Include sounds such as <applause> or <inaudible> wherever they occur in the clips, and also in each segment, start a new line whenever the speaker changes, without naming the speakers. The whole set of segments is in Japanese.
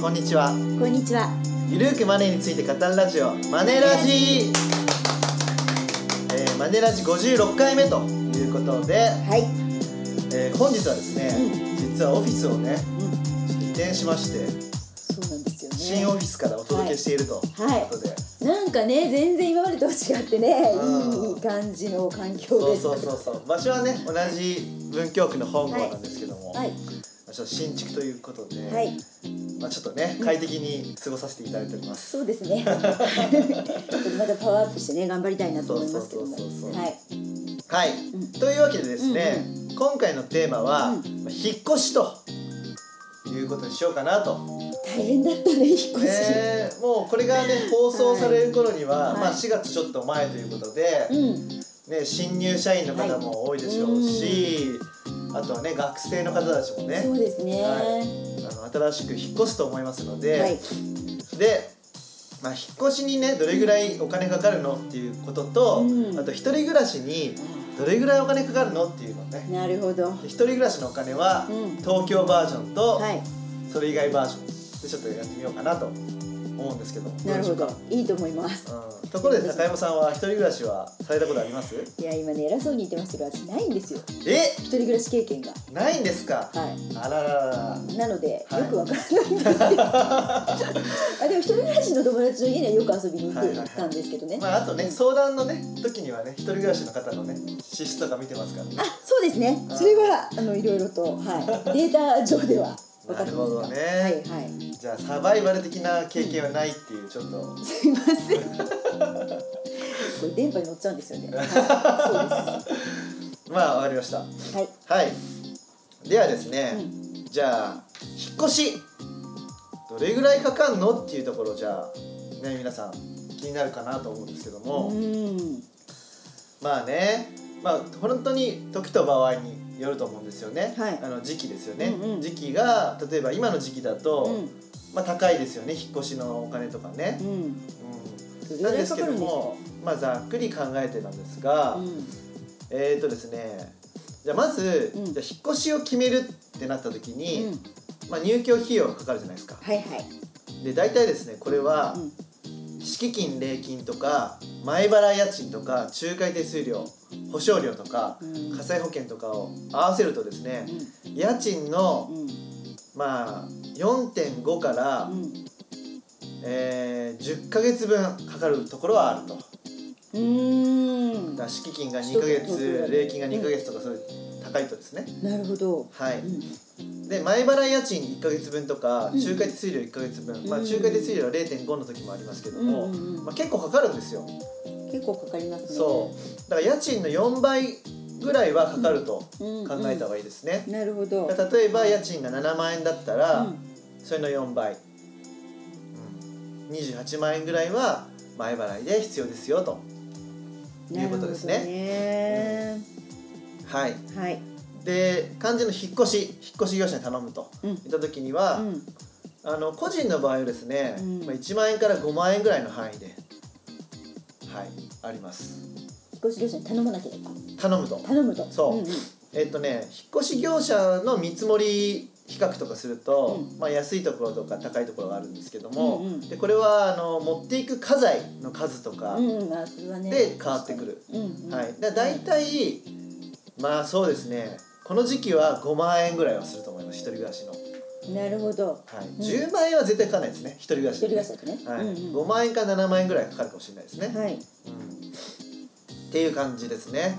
こんにちは
こんにちは。
ゆるーくマネーについて語るラジオマネラジえーマネラジ56回目ということで、
はい。
えー本日はですね、
う
実はオフィスをね
うん、
ちょっと移転しまして
そうなんですよね。
新オフィスからお届けしているということで、
なんかね、全然今までと違ってね、
うん
いい感じの環境
そう
です。
そうそうそう場所はね同じ文京区の本郷なんですけども、
はい
まあちょっと新築ということで、
はい、
まあ、ちょっとね快適に過ごさせていただいております、
そうです
<laughs>
ね。ちょっとまたパワーアップしてね、頑張りたいなと思いますけども。
そうそうそうそう
はい。
はい
うん
というわけでですね、今回のテーマは、
うん
まあ引っ越しということにしようかなと
大変だったね、引っ越し。
ねえもうこれがね放送される頃には、
はい
まあ、4月ちょっと前ということで、
うん、
ね、新入社員の方も多いでしょうし、あとはね学生の方たちも
そ
ね
うですね。
は
は
あの新しく引っ越すと思いますので、
い。
で、まあ、引っ越しにねどれぐらいお金かかるのっていうことと、
うん
あと一人暮らしにどれぐらいお金かかるのっていうのね
なるほど。
で一人暮らしのお金は、
うん
東京バージョンと、
はい。
それ以外バージョンでちょっとやってみようかなと思うんですけど
なるほ
うで
ど。いいと思いま
し
す。
ょうかうんところで高山さんは一人暮らしはされたことあります
いや、今ね、偉そうに言ってますけど、私ないんですよ。
え
一人暮らし経験が。
ないんですか
はい。
あらららら
なので、
はい
よくわからないんですけど
<laughs>
あでも一人暮らしの友達の家にはよく遊びに行ってたんですけどね、
まああとね相談のね時にはね一人暮らしの方のね資質とか見てますからね
あそうですねそれはあのいろいろと、はい、データ上では分かってますが
なるほどね
はいはい
じゃあサバイバル的な経験はないっていうちょっと
すいま
<laughs>
せんこれ電波に乗っちゃうんですよね、はい、
まあわかりました
そうですはい、
はいではです <laughs> ね、
うん
じゃあ引っ越しどれぐらいかかんのっていうところじゃあね皆さん気になるかなと思うんですけども、
うん
まあねまあ本当に時と場合によると思うんですよね、
はい
あの時期ですよね、
うんうん
時期が例えば今の時期だと、
うん
まあ、高いですよね引っ越しのお金とかね
う、ん
うんなん
どれぐら
で
い
す
か
け
か
ど
るんですか
もまあざっくり考えてたんですが、
うん
えっ、ー、とですねじゃあまず、
うん
じゃあ引っ越しを決めるってなった時に、
うん
まあ、入居費用がかかるじゃないですか、
はいはい、
で大体ですねこれは
うん
敷金礼金とか前払い家賃とか仲介手数料保証料とか
うん
火災保険とかを合わせるとですね家賃
う
の
ん
まあ4.5から、えー10ヶ月分かかるところはあるとだか
うんうん
ら敷金が2ヶ月礼金が2ヶ月とかそういう高いとですね
なるほど、
はい
うん
で前払い家賃1ヶ月分とか
うん
仲介手数料1ヶ月分、まあ、
うん
仲介手数料は0.5の時もありますけども、
うんうんうん
まあ、結構かかるんですよ
結構かかりますね
そうだから家賃の4倍ぐらいはかかると
うん
考えた方がいいですね、
なるほど。
だから例えば家賃が7万円だったら、
うん
それの4倍、うん、28万円ぐらいは前払いで必要ですよということですね
なる
はい
ほどねはい。
で肝心の引っ越し引っ越し業者に頼むと
うん
いった時には、
うん
あの個人の場合はですね、
うん
まあ、1万円から5万円ぐらいの範囲ではいあります
引っ越し業者に頼まなければ
頼むと
頼むと。
そうん
ん
えっとね引っ越し業者の見積もり比較とかすると、まあ、安いところとか高いところがあるんですけども、
うんうん
でこれはあの持っていく家財の数とか、
うんうんまあそれはね。
で変わってくる
うんうん。
はい、だ大体まあそうですねこの時期は5万円ぐらいはすると思います一人暮らしの、は
なるほど。
い
ん
10万円は絶対かかんないですね一人暮ら
一
し
人
で
暮らしだとね。
はい
うんうん
5万円から7万円ぐらいかかるかもしれないですね、
はい。
うんっていう感じですね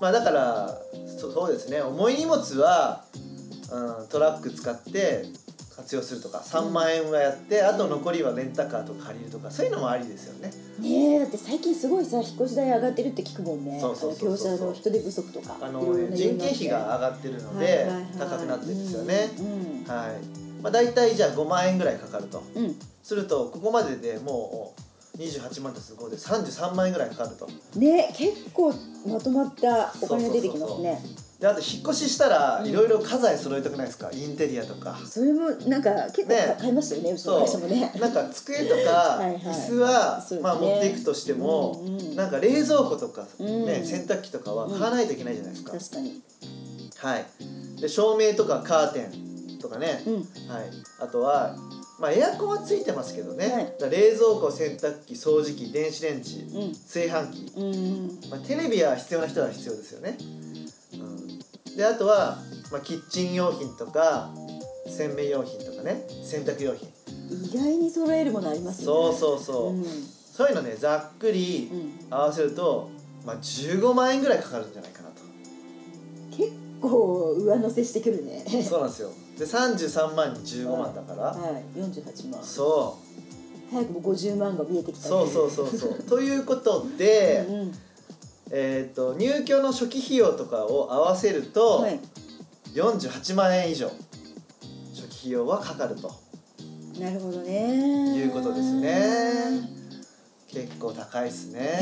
まあだからそそうですね重い荷物は、うん、トラック使って活用するとか3万円はやって、あと残りはレンタカーとか借りるとかそういうのもありですよね
ねえだって最近すごいさ引っ越し代上がってるって聞くもんね。
そうそうそうそう
あの業者の人手不足とか。
あ
いろ
の
いろな理由
人
も
件
あって
費が上がってるので高くなってるんですよね。
うんうん
はいまあ大体じゃあ5万円ぐらいかかると
うん。
するとここまででもう28万とす5で33万円ぐらいかかると
ねえ結構まとまったお金が出てきますね。
であと引っ越ししたら
うん
いろいろ家財揃えたくないですかインテリアとか
それもなんか結構
ね
買いましたよねうちの
そ
会社もね
う。なんか机とか
はいはい
椅子は
そうですね
まあ持っていくとしても
うんうん
なんか冷蔵庫とか
うん
ね洗濯機とかは買わないといけないじゃないですか
確かに。
はいで照明とかカーテンとかね
うん。
はい、あとはまあ、エアコンはついてますけどね、
はい
だから冷蔵庫洗濯機掃除機電子レンジ
うん
炊飯器、
うん
まあ、テレビは必要な人は必要ですよね、うん、であとは、まあ、キッチン用品とか洗面用品とかね洗濯用品
意外に揃えるものあります
そ
よ
う
ね
そうそう、
うん
そういうのねざっくり
うん
合わせると、まあ、15万円ぐらいかかるんじゃないかなと。
結構上乗せしてくるね
<laughs> そうなんですよで33万に15万だから、
はい48万
そ
早くも50万が見えてき
う
た
そうそうそうそう <laughs> ということで、
うんうん
えー、と入居の初期費用とかを合わせると、
はい
48万円以上初期費用はかかると
なるほどね
いうことですね結構高いです
<laughs>
ね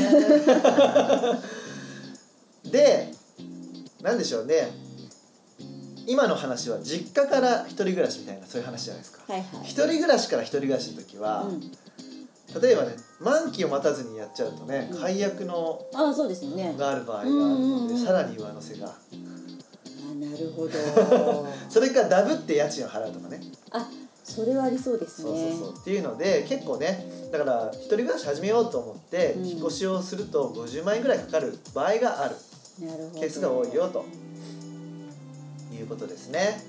でなんでしょうね今の話は実家から一人暮らしみたいなそういう話じゃないですか
はいはい
一人暮らしから一人暮らしの時は、
うん、
例えばね満期を待たずにやっちゃうとね
うん
解約の
ああそうですよね
がある場合があるの
うんうんう
で
ん
さらに上乗せが
あなるほど
それからダブって家賃を払うとかね
あそれはありそうです
そう
ね
そうそうっていうので結構ねだから一人暮らし始めようと思って
うん
引っ越しをすると50万円ぐらいかかる場合がある
なるほど
ケースが多いよということですね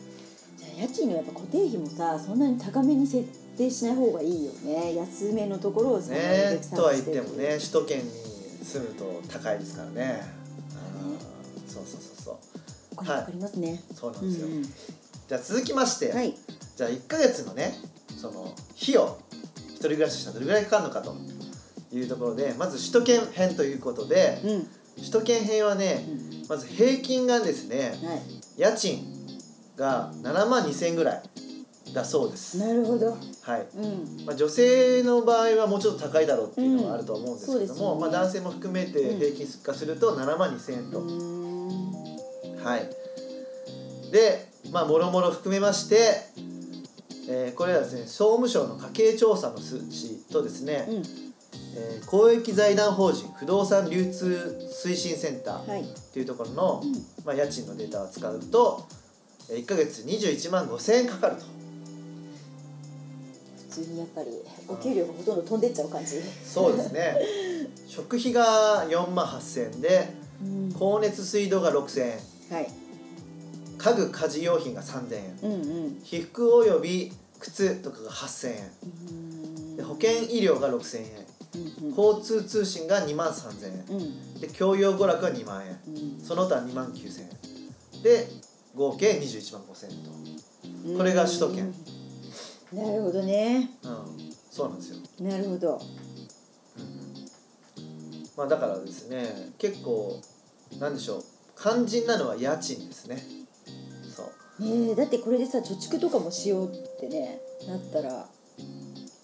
じゃあ家賃のやっぱ固定費もさそんなに高めに設定しない方がいいよね安めのところをさなる
ね
べく
とは
探
言っ
して
もね首都圏に住むと高いですからねあーそうそうそう
これわかりますね、
そうそうな
うん
ですよ、
ん
じゃあ続きまして、
うん、はい
じゃあ1ヶ月のねその費用一人暮らししたらどれぐらいかかるのかというところでまず首都圏編ということで
うん、
首都圏編はね
う
まず平均がですね
ん、はい
家賃が7万2千円ぐらいだそうです、
なるほど
はい
うん
まあ、女性の場合はもうちょっと高いだろうっていうのはあるとは思うんですけども、
うんそうですよね
まあ、男性も含めて平均化すると7万2千円
う
と、
ーん
はいでまあもろもろ含めまして、えーこれはですね総務省の家計調査の数値とですね、
うん
えー公益財団法人不動産流通推進センター
はい
っていうところの、
うん
まあ、家賃のデータを使うとえー1ヶ月21万5千円かかると
普通にやっぱりお給料がほとんど飛んでっちゃう感じ、
そうですね
<laughs>
食費が4万8千円で
うん、は
光熱水道が6千円
い
家具家事用品が3千円
うんうん
被服および靴とかが8千円
うーん
で保険医療が6000円
うん
交通通信が2万3000円
うん
で教養娯楽が2万円
うん
その他2万9000円で合計21万5000円
うん
これが首都圏
なるほどね
と、うん、そうなんですよ、
なるほど
まあ、だからですね結構なんでしょう肝心なのは家賃ですねそう
ねえだってこれでさ貯蓄とかもしようってねなったら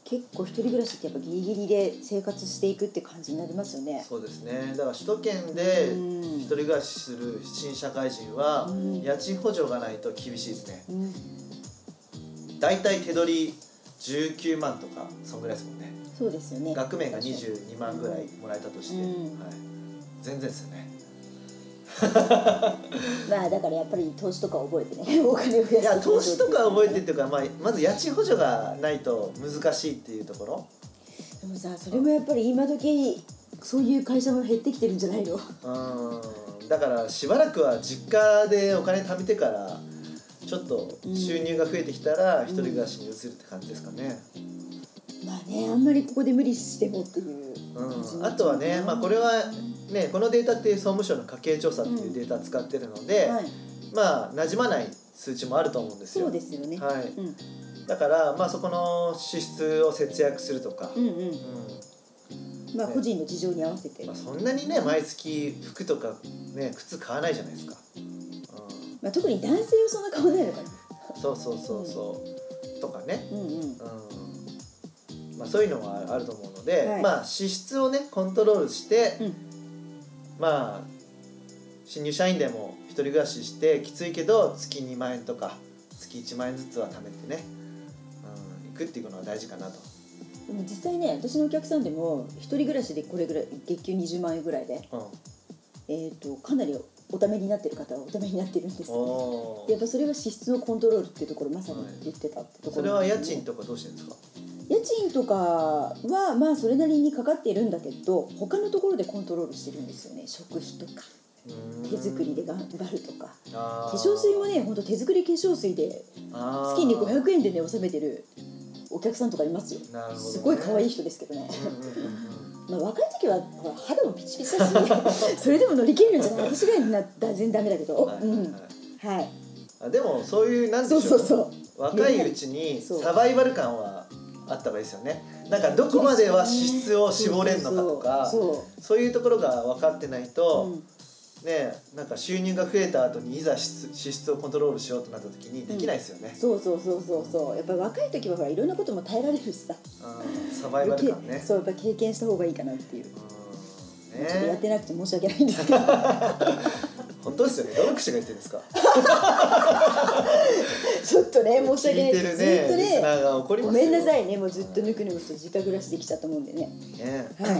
結構一人暮らしってやっぱギリギリで生活していくって感じになりますよね。
そうですねだから首都圏で
うん
一人暮らしする新社会人は
うん
家賃補助がないと厳しいですね
うん、
だいたい手取り19万とかそんぐらいですもんね
そうですよね。
額面が
確かに
22万ぐらいもらえたとして、
うん
はい、全然ですよね
まあだからやっぱり投資とか覚えてねお金を増やしてい
いや投資とか覚えてって
て
いうか、まあ、まず家賃補助がないと難しいっていうところ、
でもさそれもやっぱり今時そういう会社も減ってきてるんじゃないの
うんだからしばらくは実家でお金貯めてからちょっと収入が増えてきたら
ん
一人暮らしに移るって感じですかね、
まあねあんまりここで無理してもっていう感じ
う
に
ん、
な
あ
っちゃ
と
う
はね、まあ、これはねこのデータって総務省の家計調査っていうデータ使ってるので、
はい、
まあ馴染まない数値もあると思うんですよ
そうですよね、
はい、
うん、
だから、まあ、そこの支出を節約するとか、
うんうん
う
まあ
ね
個人の事情に合わせて、
んま
ま
あ、そんなにね毎月服とか、ね、靴買わないじゃないですか、
あ、特に男性はそんな変わらないのかな
うん、そうそうそうそう、とかね、
うんうん
うんまあ、そういうのはあると思うので、
はい
まあ、支出をねコントロールして、
うん
まあ新入社員でも一人暮らししてきついけど月2万円とか月1万円ずつは貯めてね、うん、いくっていうのは大事かなと。
でも実際ね私のお客さんでも一人暮らしでこれぐらい月給20万円ぐらいで、
うん
えー、とかなりおためになってる方はおためになってるんですよね
おー
でやっぱそれが支出のコントロールっていうところまさに言ってたってとこ
そ
ろ
れ
な
は
んで
家
すよね、
賃とかどうしてるんですか
家賃とかはまあそれなりにかかっているんだけど他のところでコントロールしてるんですよね食費とか手作りで頑張るとか
化
化粧水もねほんと手作り化粧水で月に500円でね納めてるお客さんとかいますよ
なるほどね
すごい可愛い人ですけどね、
うんうんうん
まあ、若い時はほら肌もピチピチだ
<laughs>
しそれでも乗り切れるんじゃない私がな全然ダメだけど、
うんはいはい
うん
はい
はい
あでもそういうなんでし
そ
ょ
うそうそう
若いうちに
そう
サバイバル感はあった方がいいですよねなんかどこまでは支出を絞れるのかとか
そう
そういうところが分かってない
そうそう
と、ねなんか収入が増えた後にいざ支出支出をコントロールしようとなった時にできないですよね、
そうそうそうそうそうやっぱり若い時はほらいろんなことも耐えられるしさ
うんサバイバル感
余
ね
計そうやっぱ経験した方がいいかなっていう、
うん
ちょっとやっ
ね
てなくて申し訳ないんですけど
本当ですよねどの口が言ってるんですか
ちょっとね申し訳な
聞
い
い
で
て
す
る
ずっ
ね
と
リスナ
ね
ーが怒り
ご
ますよ
めんなさいねもうずっとぬくぬくと実家暮らしできちゃったもんでね
ね
はい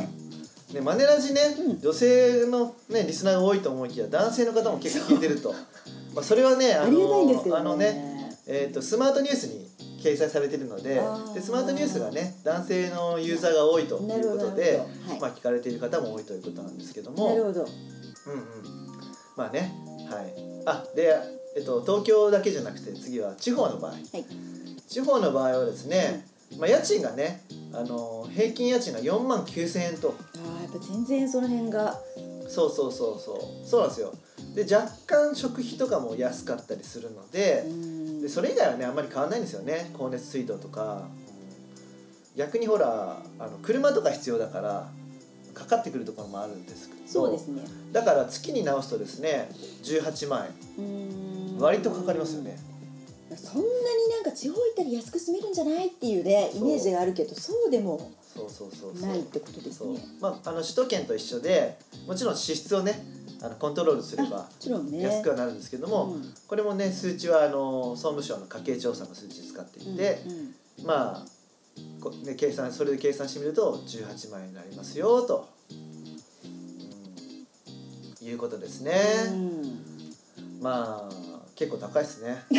ねマネラジね、
うん
女性の、ね、リスナーが多いと思いきや男性の方も結構聞いてるとまあ、それはね
あ
あ
りがたいんですけ
の
どね
あのね、えー、とスマートニュースに掲載されてるので
あー
でスマートニュースがね男性のユーザーが多いと
ないる
う
ほ
こと
どなる
で、
ほどはい
まあ、聞かれている方も多いということなんですけど
なる
も
ほど
うんうんまあねはいあで、えっと東京だけじゃなくて次は地方の場合
はい
地方の場合はですね、まあ、家賃がねあの平均家賃が4万9,000円と。
あーやっぱ全然その辺が
そうそうそうそうそうなんですよで若干食費とかも安かったりするので,、
うん
でそれ以外はねあんまり変わらないんですよね光熱水道とか、うん逆にほらあの車とか必要だからかかってくるところもあるんですけど
そうですね
だから月に直すとですね18万円
うん
割とかかりますよね、
そんなになんか地方行ったら安く住めるんじゃないっていうねイメージがあるけどそうでも
そうそうそうそう
ないってことです
そう
ね
まああの首都圏と一緒でもちろん支出をねあのコントロールすれば
もちろんね
安くはなるんですけども、
うん
これもね数値はあの総務省の家計調査の数値使っていて、
うん
まあこ、ね、計算それで計算してみると18万円になりますよと、うんいうことですね、
うん
まあ結構高いですね、うん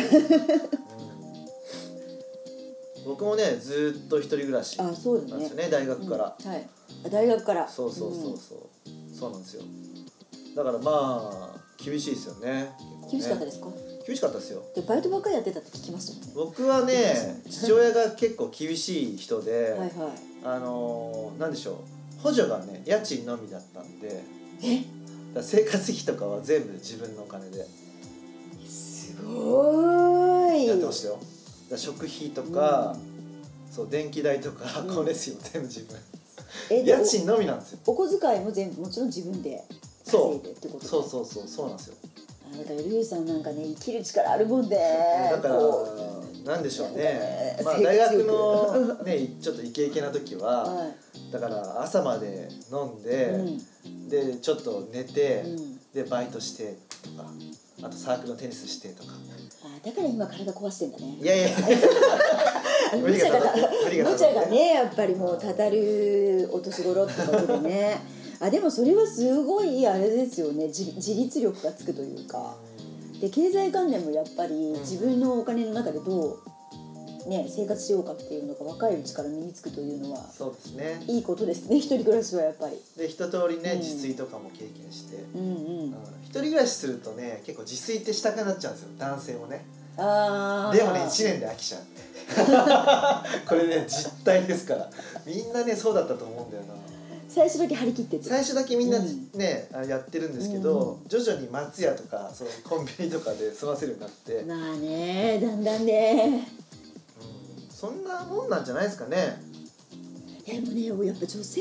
僕もねずっと一人暮らしなん
あそうだ
で
ね
すよね大学から、
うんはいあ大学から
そうそうそうそう、そうなんですよだからまあ厳しいですよね
うん厳
結構
しか
ね
ったですか
厳しかったですよ
でバイトばっかりやってたって聞きましたもんね
僕は
びっくりし
ね父親が結構厳しい人で、
はいは
あのーなんでしょう補助がね家賃のみだったんでだか
い
ら生活費とかは全部自分のお金で
えすごーい
やってましたよ、だから食費とか、そう電気代とか
うん
光熱費も全部自分、
えで
家賃のみなんですよ
おお小遣いも全部もちろん自分で稼いでってことね
そうそうそうそうなんですよ、
あなたルイさんなんかね生きる力あるもんで
だから
こ
なんでしょうね
なんかね
まあ、
生活
大
力
学の、ね、ちょっとイケイケな時
う
は
<laughs> は
だから朝まで飲ん
い、う
で、
ん
でちょっと寝て、
うん、
でバイトしてとかあとサークルのテニスしてとか
あだから今体壊してんだね
いやい
<laughs>
や
あの
無
<laughs> 無
理
茶
が
が
たた無理が
無
たた
茶がねやっぱりもうたたるお年頃ってことでねあでもそれはすごいあれですよね自自立力がつくというかで経済観念もやっぱり
ん
自分のお金の中でどう、ね、生活しようかっていうのが若いうちから身につくというのは
そうですね
いいことですね一人暮らしはやっぱり。
で一通りね
うん
自炊とかも経験して、うん
うんうん、
一人暮らしするとね結構自炊ってしたくなっちゃうんですよ男性もね
あー
でもね1年で飽き
<laughs>
ちゃうこれね実態ですからみんなねそうだったと思うんだよな
最初だけ張り切ってて
最初だけみんな
うん
ね、あやってるんですけど、徐々に松屋とかそういうコンビニとかで済ませるようになって、うん、
まあねだんだんね
そんなもんなんじゃないですかね
でもねやっぱ女性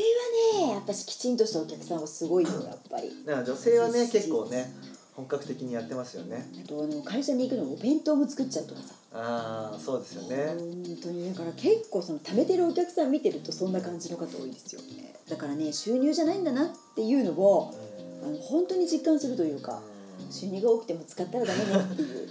はねやっぱしきちんとしたお客さんはすごいよやっぱり
だから女性はね
そう
結構ね本格的にやってますよね
あとあの会社に行くのもお弁当も作っちゃうとかさ
ああそうですよね
本当にだから結構その貯めてるお客さん見てるとそんな感じの方多いですよねだからね収入じゃないんだなっていうのを
<laughs>
あの本当に実感するというか収入が多くても使ったらダメねっていう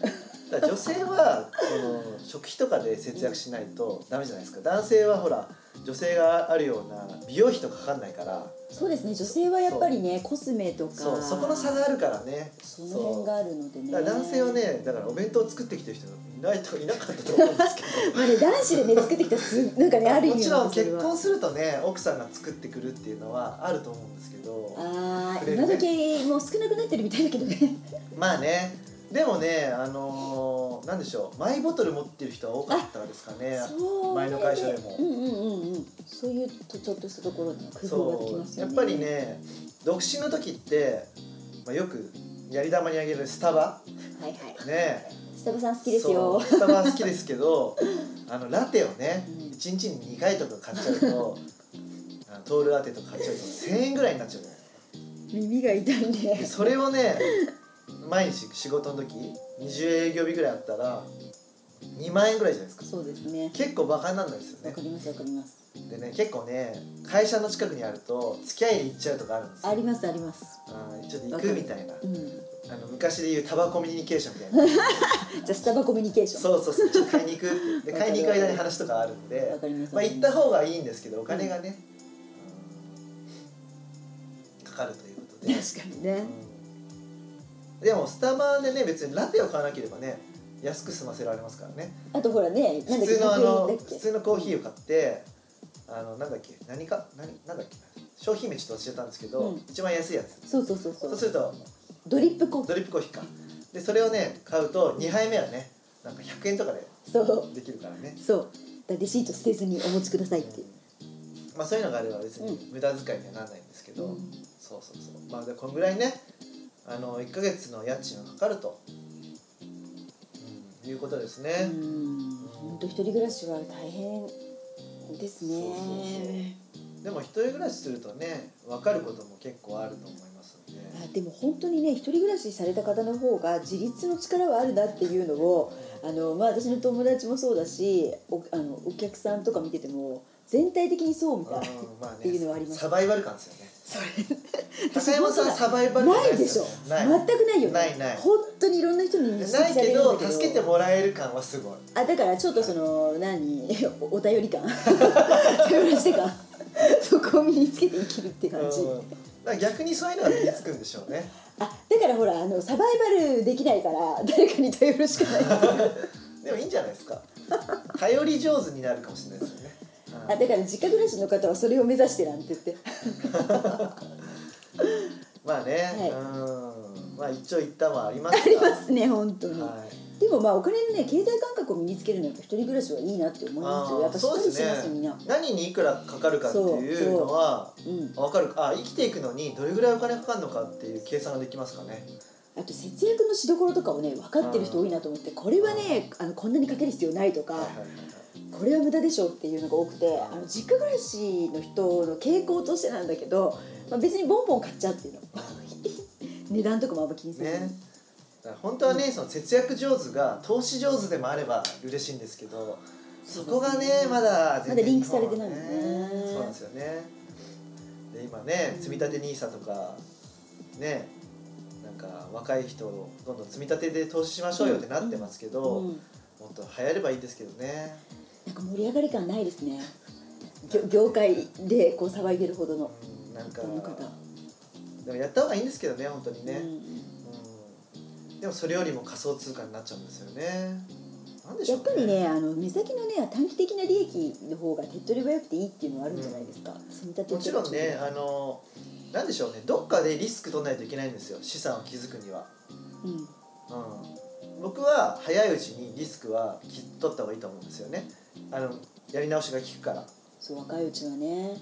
だから女性はその食費とかで節約しないとダメじゃないですか男性はほら女性があるような美容費とかかかんないから
そうですね女性はやっぱりねコスメとか
そうそこの差があるからね
その辺があるので
そう
ね
だから男性はねだからお弁当を作ってきてる人いないといなかったと思うん
<laughs>
ですけど
ま <laughs> あね男子でね作ってきたすなんかねある意
も
味
ちろん
それ
結
は
婚するとね奥さんが作ってくるっていうのはあると思うんですけど
あ
く
あ
れ
今
るね
時もう少なくなってるみたいだけどね
まあねでもねあのー、なんでしょうマイボトル持ってる人は多かったですかね
そう
前の会社でも
うんうんうんうんそういうとちょっとしたところに工夫ができ
そ
ます
う
よ
や
ね
っぱりね独身の時って、まあ、よくやり玉にあげるスタバ
はいはい
ね
スタバさん好きですよ
そうスタバ好きですけどあのラテをね
うん
1日に2回とか買っちゃうとあのトールラテとか買っちゃうと1,000円ぐらいになっちゃうじゃない
耳が痛い
で
ね
それをね毎日仕事の時20営業日ぐらいあったら2万円ぐらいじゃないですか
そうですね
結構バカになんないですよ
わ
ね
かりますわかります
でね結構ね会社の近くにあると付き合いで行っちゃうとかあるんですよ
ありますあります
あーちょっと行くみたいな
うん
あの昔で言うタバコミュニケーションみたいな
じゃあスタバコミュニケーション
そうそうそうちょっと買いに行くってで買いに行く間に話とかあるんで
わかります
まあ行った方がいいんですけどお金がね、うんかかるということで
確かにね
でもスタバでね別にラテを買わなければね安く済ませられますからね
あとほらねなん
普
だっけ
通のあ
100
の
円だっけ
普通のコーヒーを買ってあのなんだっけ何か何なんだっけ商品名ちょっと忘れたんですけど、
うん
一番安いやつ
そうそうそうそ
そう
う
すると
ドリップコーヒ
ドリップコーヒーかでそれをね買うと2杯目はねなんか100円とかで
ーそう
できるからね、
そうだレシート捨てずにお持ちくださいっていう、
まあそういうのがあれば別
う
に無駄遣いにはならないんですけど、
うん
そうそうそうまあでこんぐらいねあの1ヶ月の家賃がかかると、うん、いうことですね、
うん本当一人暮らしは大変ですね
そうでも一人暮らしするとね分かることも結構あると思いますので、
あでも本当にね一人暮らしされた方の方が自立の力はあるなっていうのをあの、まあ、私の友達もそうだしおあのお客さんとか見てても全体的にそうみたい
うんまあね
っていうのはあります
サバイバル感ですよね
そ
高山さんサバイバル感
ないで
で
し
す
ょ
よねない
全くないよね
ないない
本当にいろんな人に指摘さ
な
れ
い
るんだ
けど助けてもらえる感はすごい
あだからちょっとその何 <laughs> おお便り感お便りして感 <laughs> そこを身につけて生きるって感じ、
うんだから逆にそういうのが身につくんでしょうね
あだからほらあのサバイバルできないから誰かに頼る
<laughs>
しかないっていう
でもいいんじゃないです <laughs> か頼り上手になるかもしれないですよねうん
あだから実家暮らしの方はそれを目指してなんて言って
まあね、
はい
うんまあ一長一短はあります
ありますね本当に、
はい
でもまあお金のね経済感覚を身につけるのはやっぱ一人暮らしはいいなって思いますよやっぱしっかりしますよみんな
何にいくらかかるかっていうのは
うん
わかるあ生きていくのにどれぐらいお金かかるのかっていう計算ができますかね
あと節約のしどころとかをね分かってる人多いなと思ってこれはねあのこんなにかける必要ないとか、
はいはいはい
これは無駄でしょっていうのが多くてあの実家暮らしの人の傾向としてなんだけど、まあ、別にボンボン買っちゃうっていうの値段とかもあんま気にせずに、
ねだから本当はねその節約上手が投資上手でもあれば嬉しいんですけどそこがねまだ全然
まだリンクされてないもんね
そうなんですよねで今ね積み立て NISA とかねなんか若い人をどんどん積み立てで投資しましょうよってなってますけど、
うん
もっと流行ればいいですけどね
なんか盛り上がり感ないですね業業界でこう騒いでるほどの
うんなんか
この方
でもやった方がいいんですけどね本当にね、
うん
うんでもそれよりも仮想通貨になっちゃうんですよね。なんでし
や
ょう
っぱりねあの目先のね短期的な利益の方が手っ取り早くていいっていうのはあるんじゃないですか、積み立てと
もちろんねあのなんでしょうねどっかでリスク取らないといけないんですよ資産を築くには。
うん
うん、僕は早いうちにリスクはき取った方がいいと思うんですよね。あのやり直しが効くから
そう若いうちはね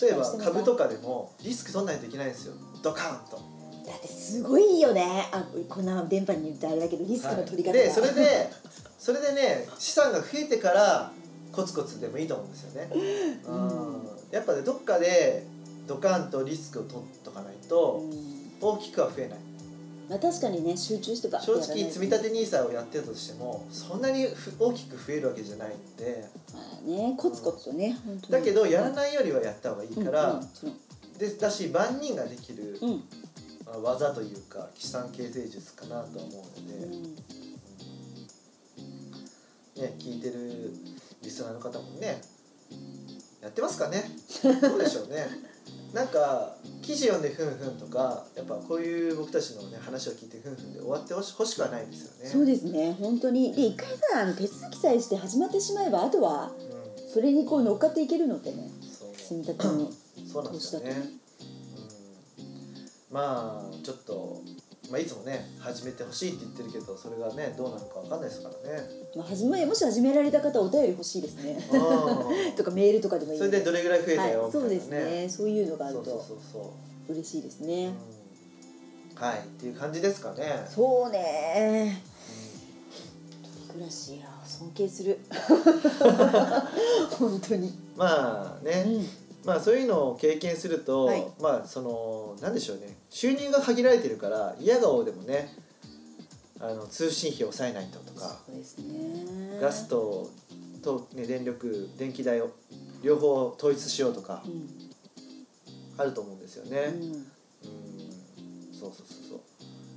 例えば
失敗してもさ
株とかでもリスク取らないといけないんですよドカーンと。
だってすごいよねあこんな電波に言ってあれだけどリスクの取り方が、
でそれでそれでね資産が増えてからコツコツでもいいと思うんですよね。うんやっぱねどっかでドカンとリスクを取っとかないと
うん
大きくは増えない
まあ、確かにね集中してば
正直積み立
て、
て NISA をやってたとしてもそんなにふ大きく増えるわけじゃないんで
まあね、コツコツとね本当に
だけどやらないよりはやった方がいいか
うんうん
ら
もちろん
でだし万人ができる
うん
まあ技というか資産形成術かなとは思うので
うん
ね聞いてるリスナーの方もねやってますかねどうでしょう
<laughs>
ねなんか記事読んでふんふんとかやっぱこういう僕たちのね話を聞いてふんふんで終わってほし欲しくはないですよね
そうですね本当にで一回さあの手続きさえして始まってしまえばあとは
う
それにこう乗っかっていけるのってね
んそう
積み立ての
そうなんですよね
投資だと
う
ね。
ん、まあちょっと、まあ、いつもね始めてほしいって言ってるけどそれがねどうなるかわかんないですからね。
まあ、始めもし始められた方お便り欲しいですね
うん
とかメールとか <laughs> でもいい
それでどれぐらい増えたよ
はい、
みたいなね。
そうですねそういうのがある
そうそう
と
そうそ
嬉しいです
う。う
ね
んはいっていう感じですかね。
そうね
う
一人暮らしや尊敬
<laughs>
する本当に、
んまあね、まあそういうのを経験すると、
はい
まあそのなんでしょうね収入が限られてるから嫌顔でもねあの通信費を抑えないととか。
そうですね
ガスとと、ね、電力電気代を両方統一しようとか
うん、
あると思うんですよ
う
ね。
ん
うんそうそうそう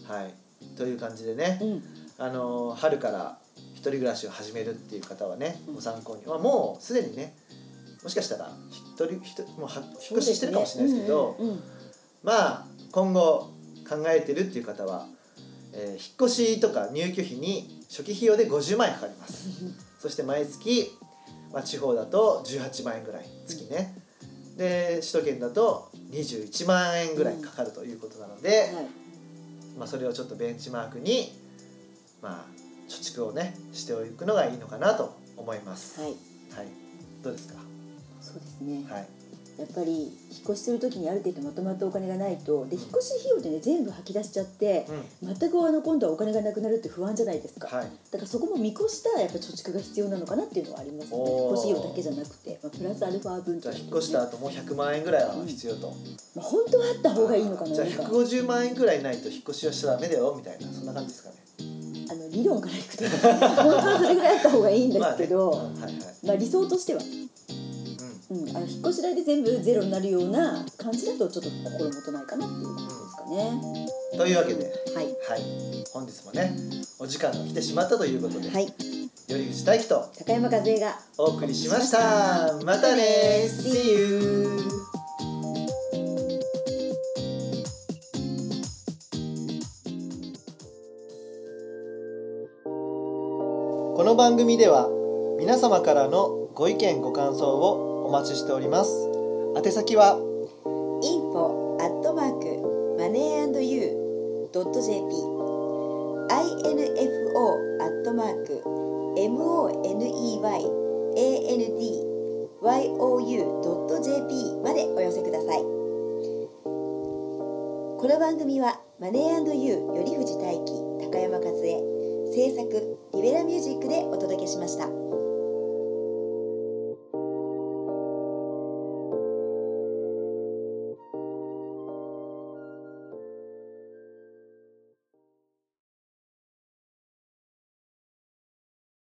そうはいという感じでね、
うん、
あのー春から一人暮らしを始めるっていう方はね
うん
ご参考に、まあ、もうすでにねもしかしたら一人ひともうは引っ越ししてるかもしれないですけど
うんうんうん
まあ今後考えてるっていう方は、えー引っ越しとか入居費に初期費用で50万円かかり <laughs> ます。そして毎月、まあ、地方だと18万円ぐらい月ね、で首都圏だと21万円ぐらいかかるということなので、
はい、
まあ、それをちょっとベンチマークに、まあ、貯蓄をねしておくのがいいのかなと思います。
はい、
はい、どうですか、
そうですね、
はい
やっぱり引っ越しするときにある程度まとまったお金がないとで引っ越し費用でね全部吐き出しちゃって
うん
全くあの今度はお金がなくなるって不安じゃないですか、
はい
だからそこも見越したやっぱ貯蓄が必要なのかなっていうのはありますね
おー
引っ越し費用だけじゃなくて、まあ、プラスアルファ分
じ
と
ゃあ
いう
引っ
こと
越し
でね
た後もう100万円ぐらいは必要と、
まあ、本当はあった方がいいのかな
じゃあ
なんか
150万円ぐらいないと引っ越しはしちゃダメだよみたいなそんな感じですかね。
あの理論からいくと本当はそれぐらいあった方がいいんですけど、ま
ま
あ
あねうんはいはい
理想としては、
うん
うん、あの引っ越し代で全部ゼロになるような感じだとちょっと心もとないかなっていう感じですかね。
というわけで、
はい、
はい、本日もねお時間が来てしまったということで、
はい、
より口大輝と
高山和恵が
お送りしましたまたね See youこの番組では皆様からのご意見ご感想をお待ちしております宛先は
info アットマークマネーアンドユードット JP info アットマーク moneyandyou ドット JP までお寄せくださいこの番組はマネーアンドユーより藤大輝高山和恵制作リベラミュージックでお届けしました。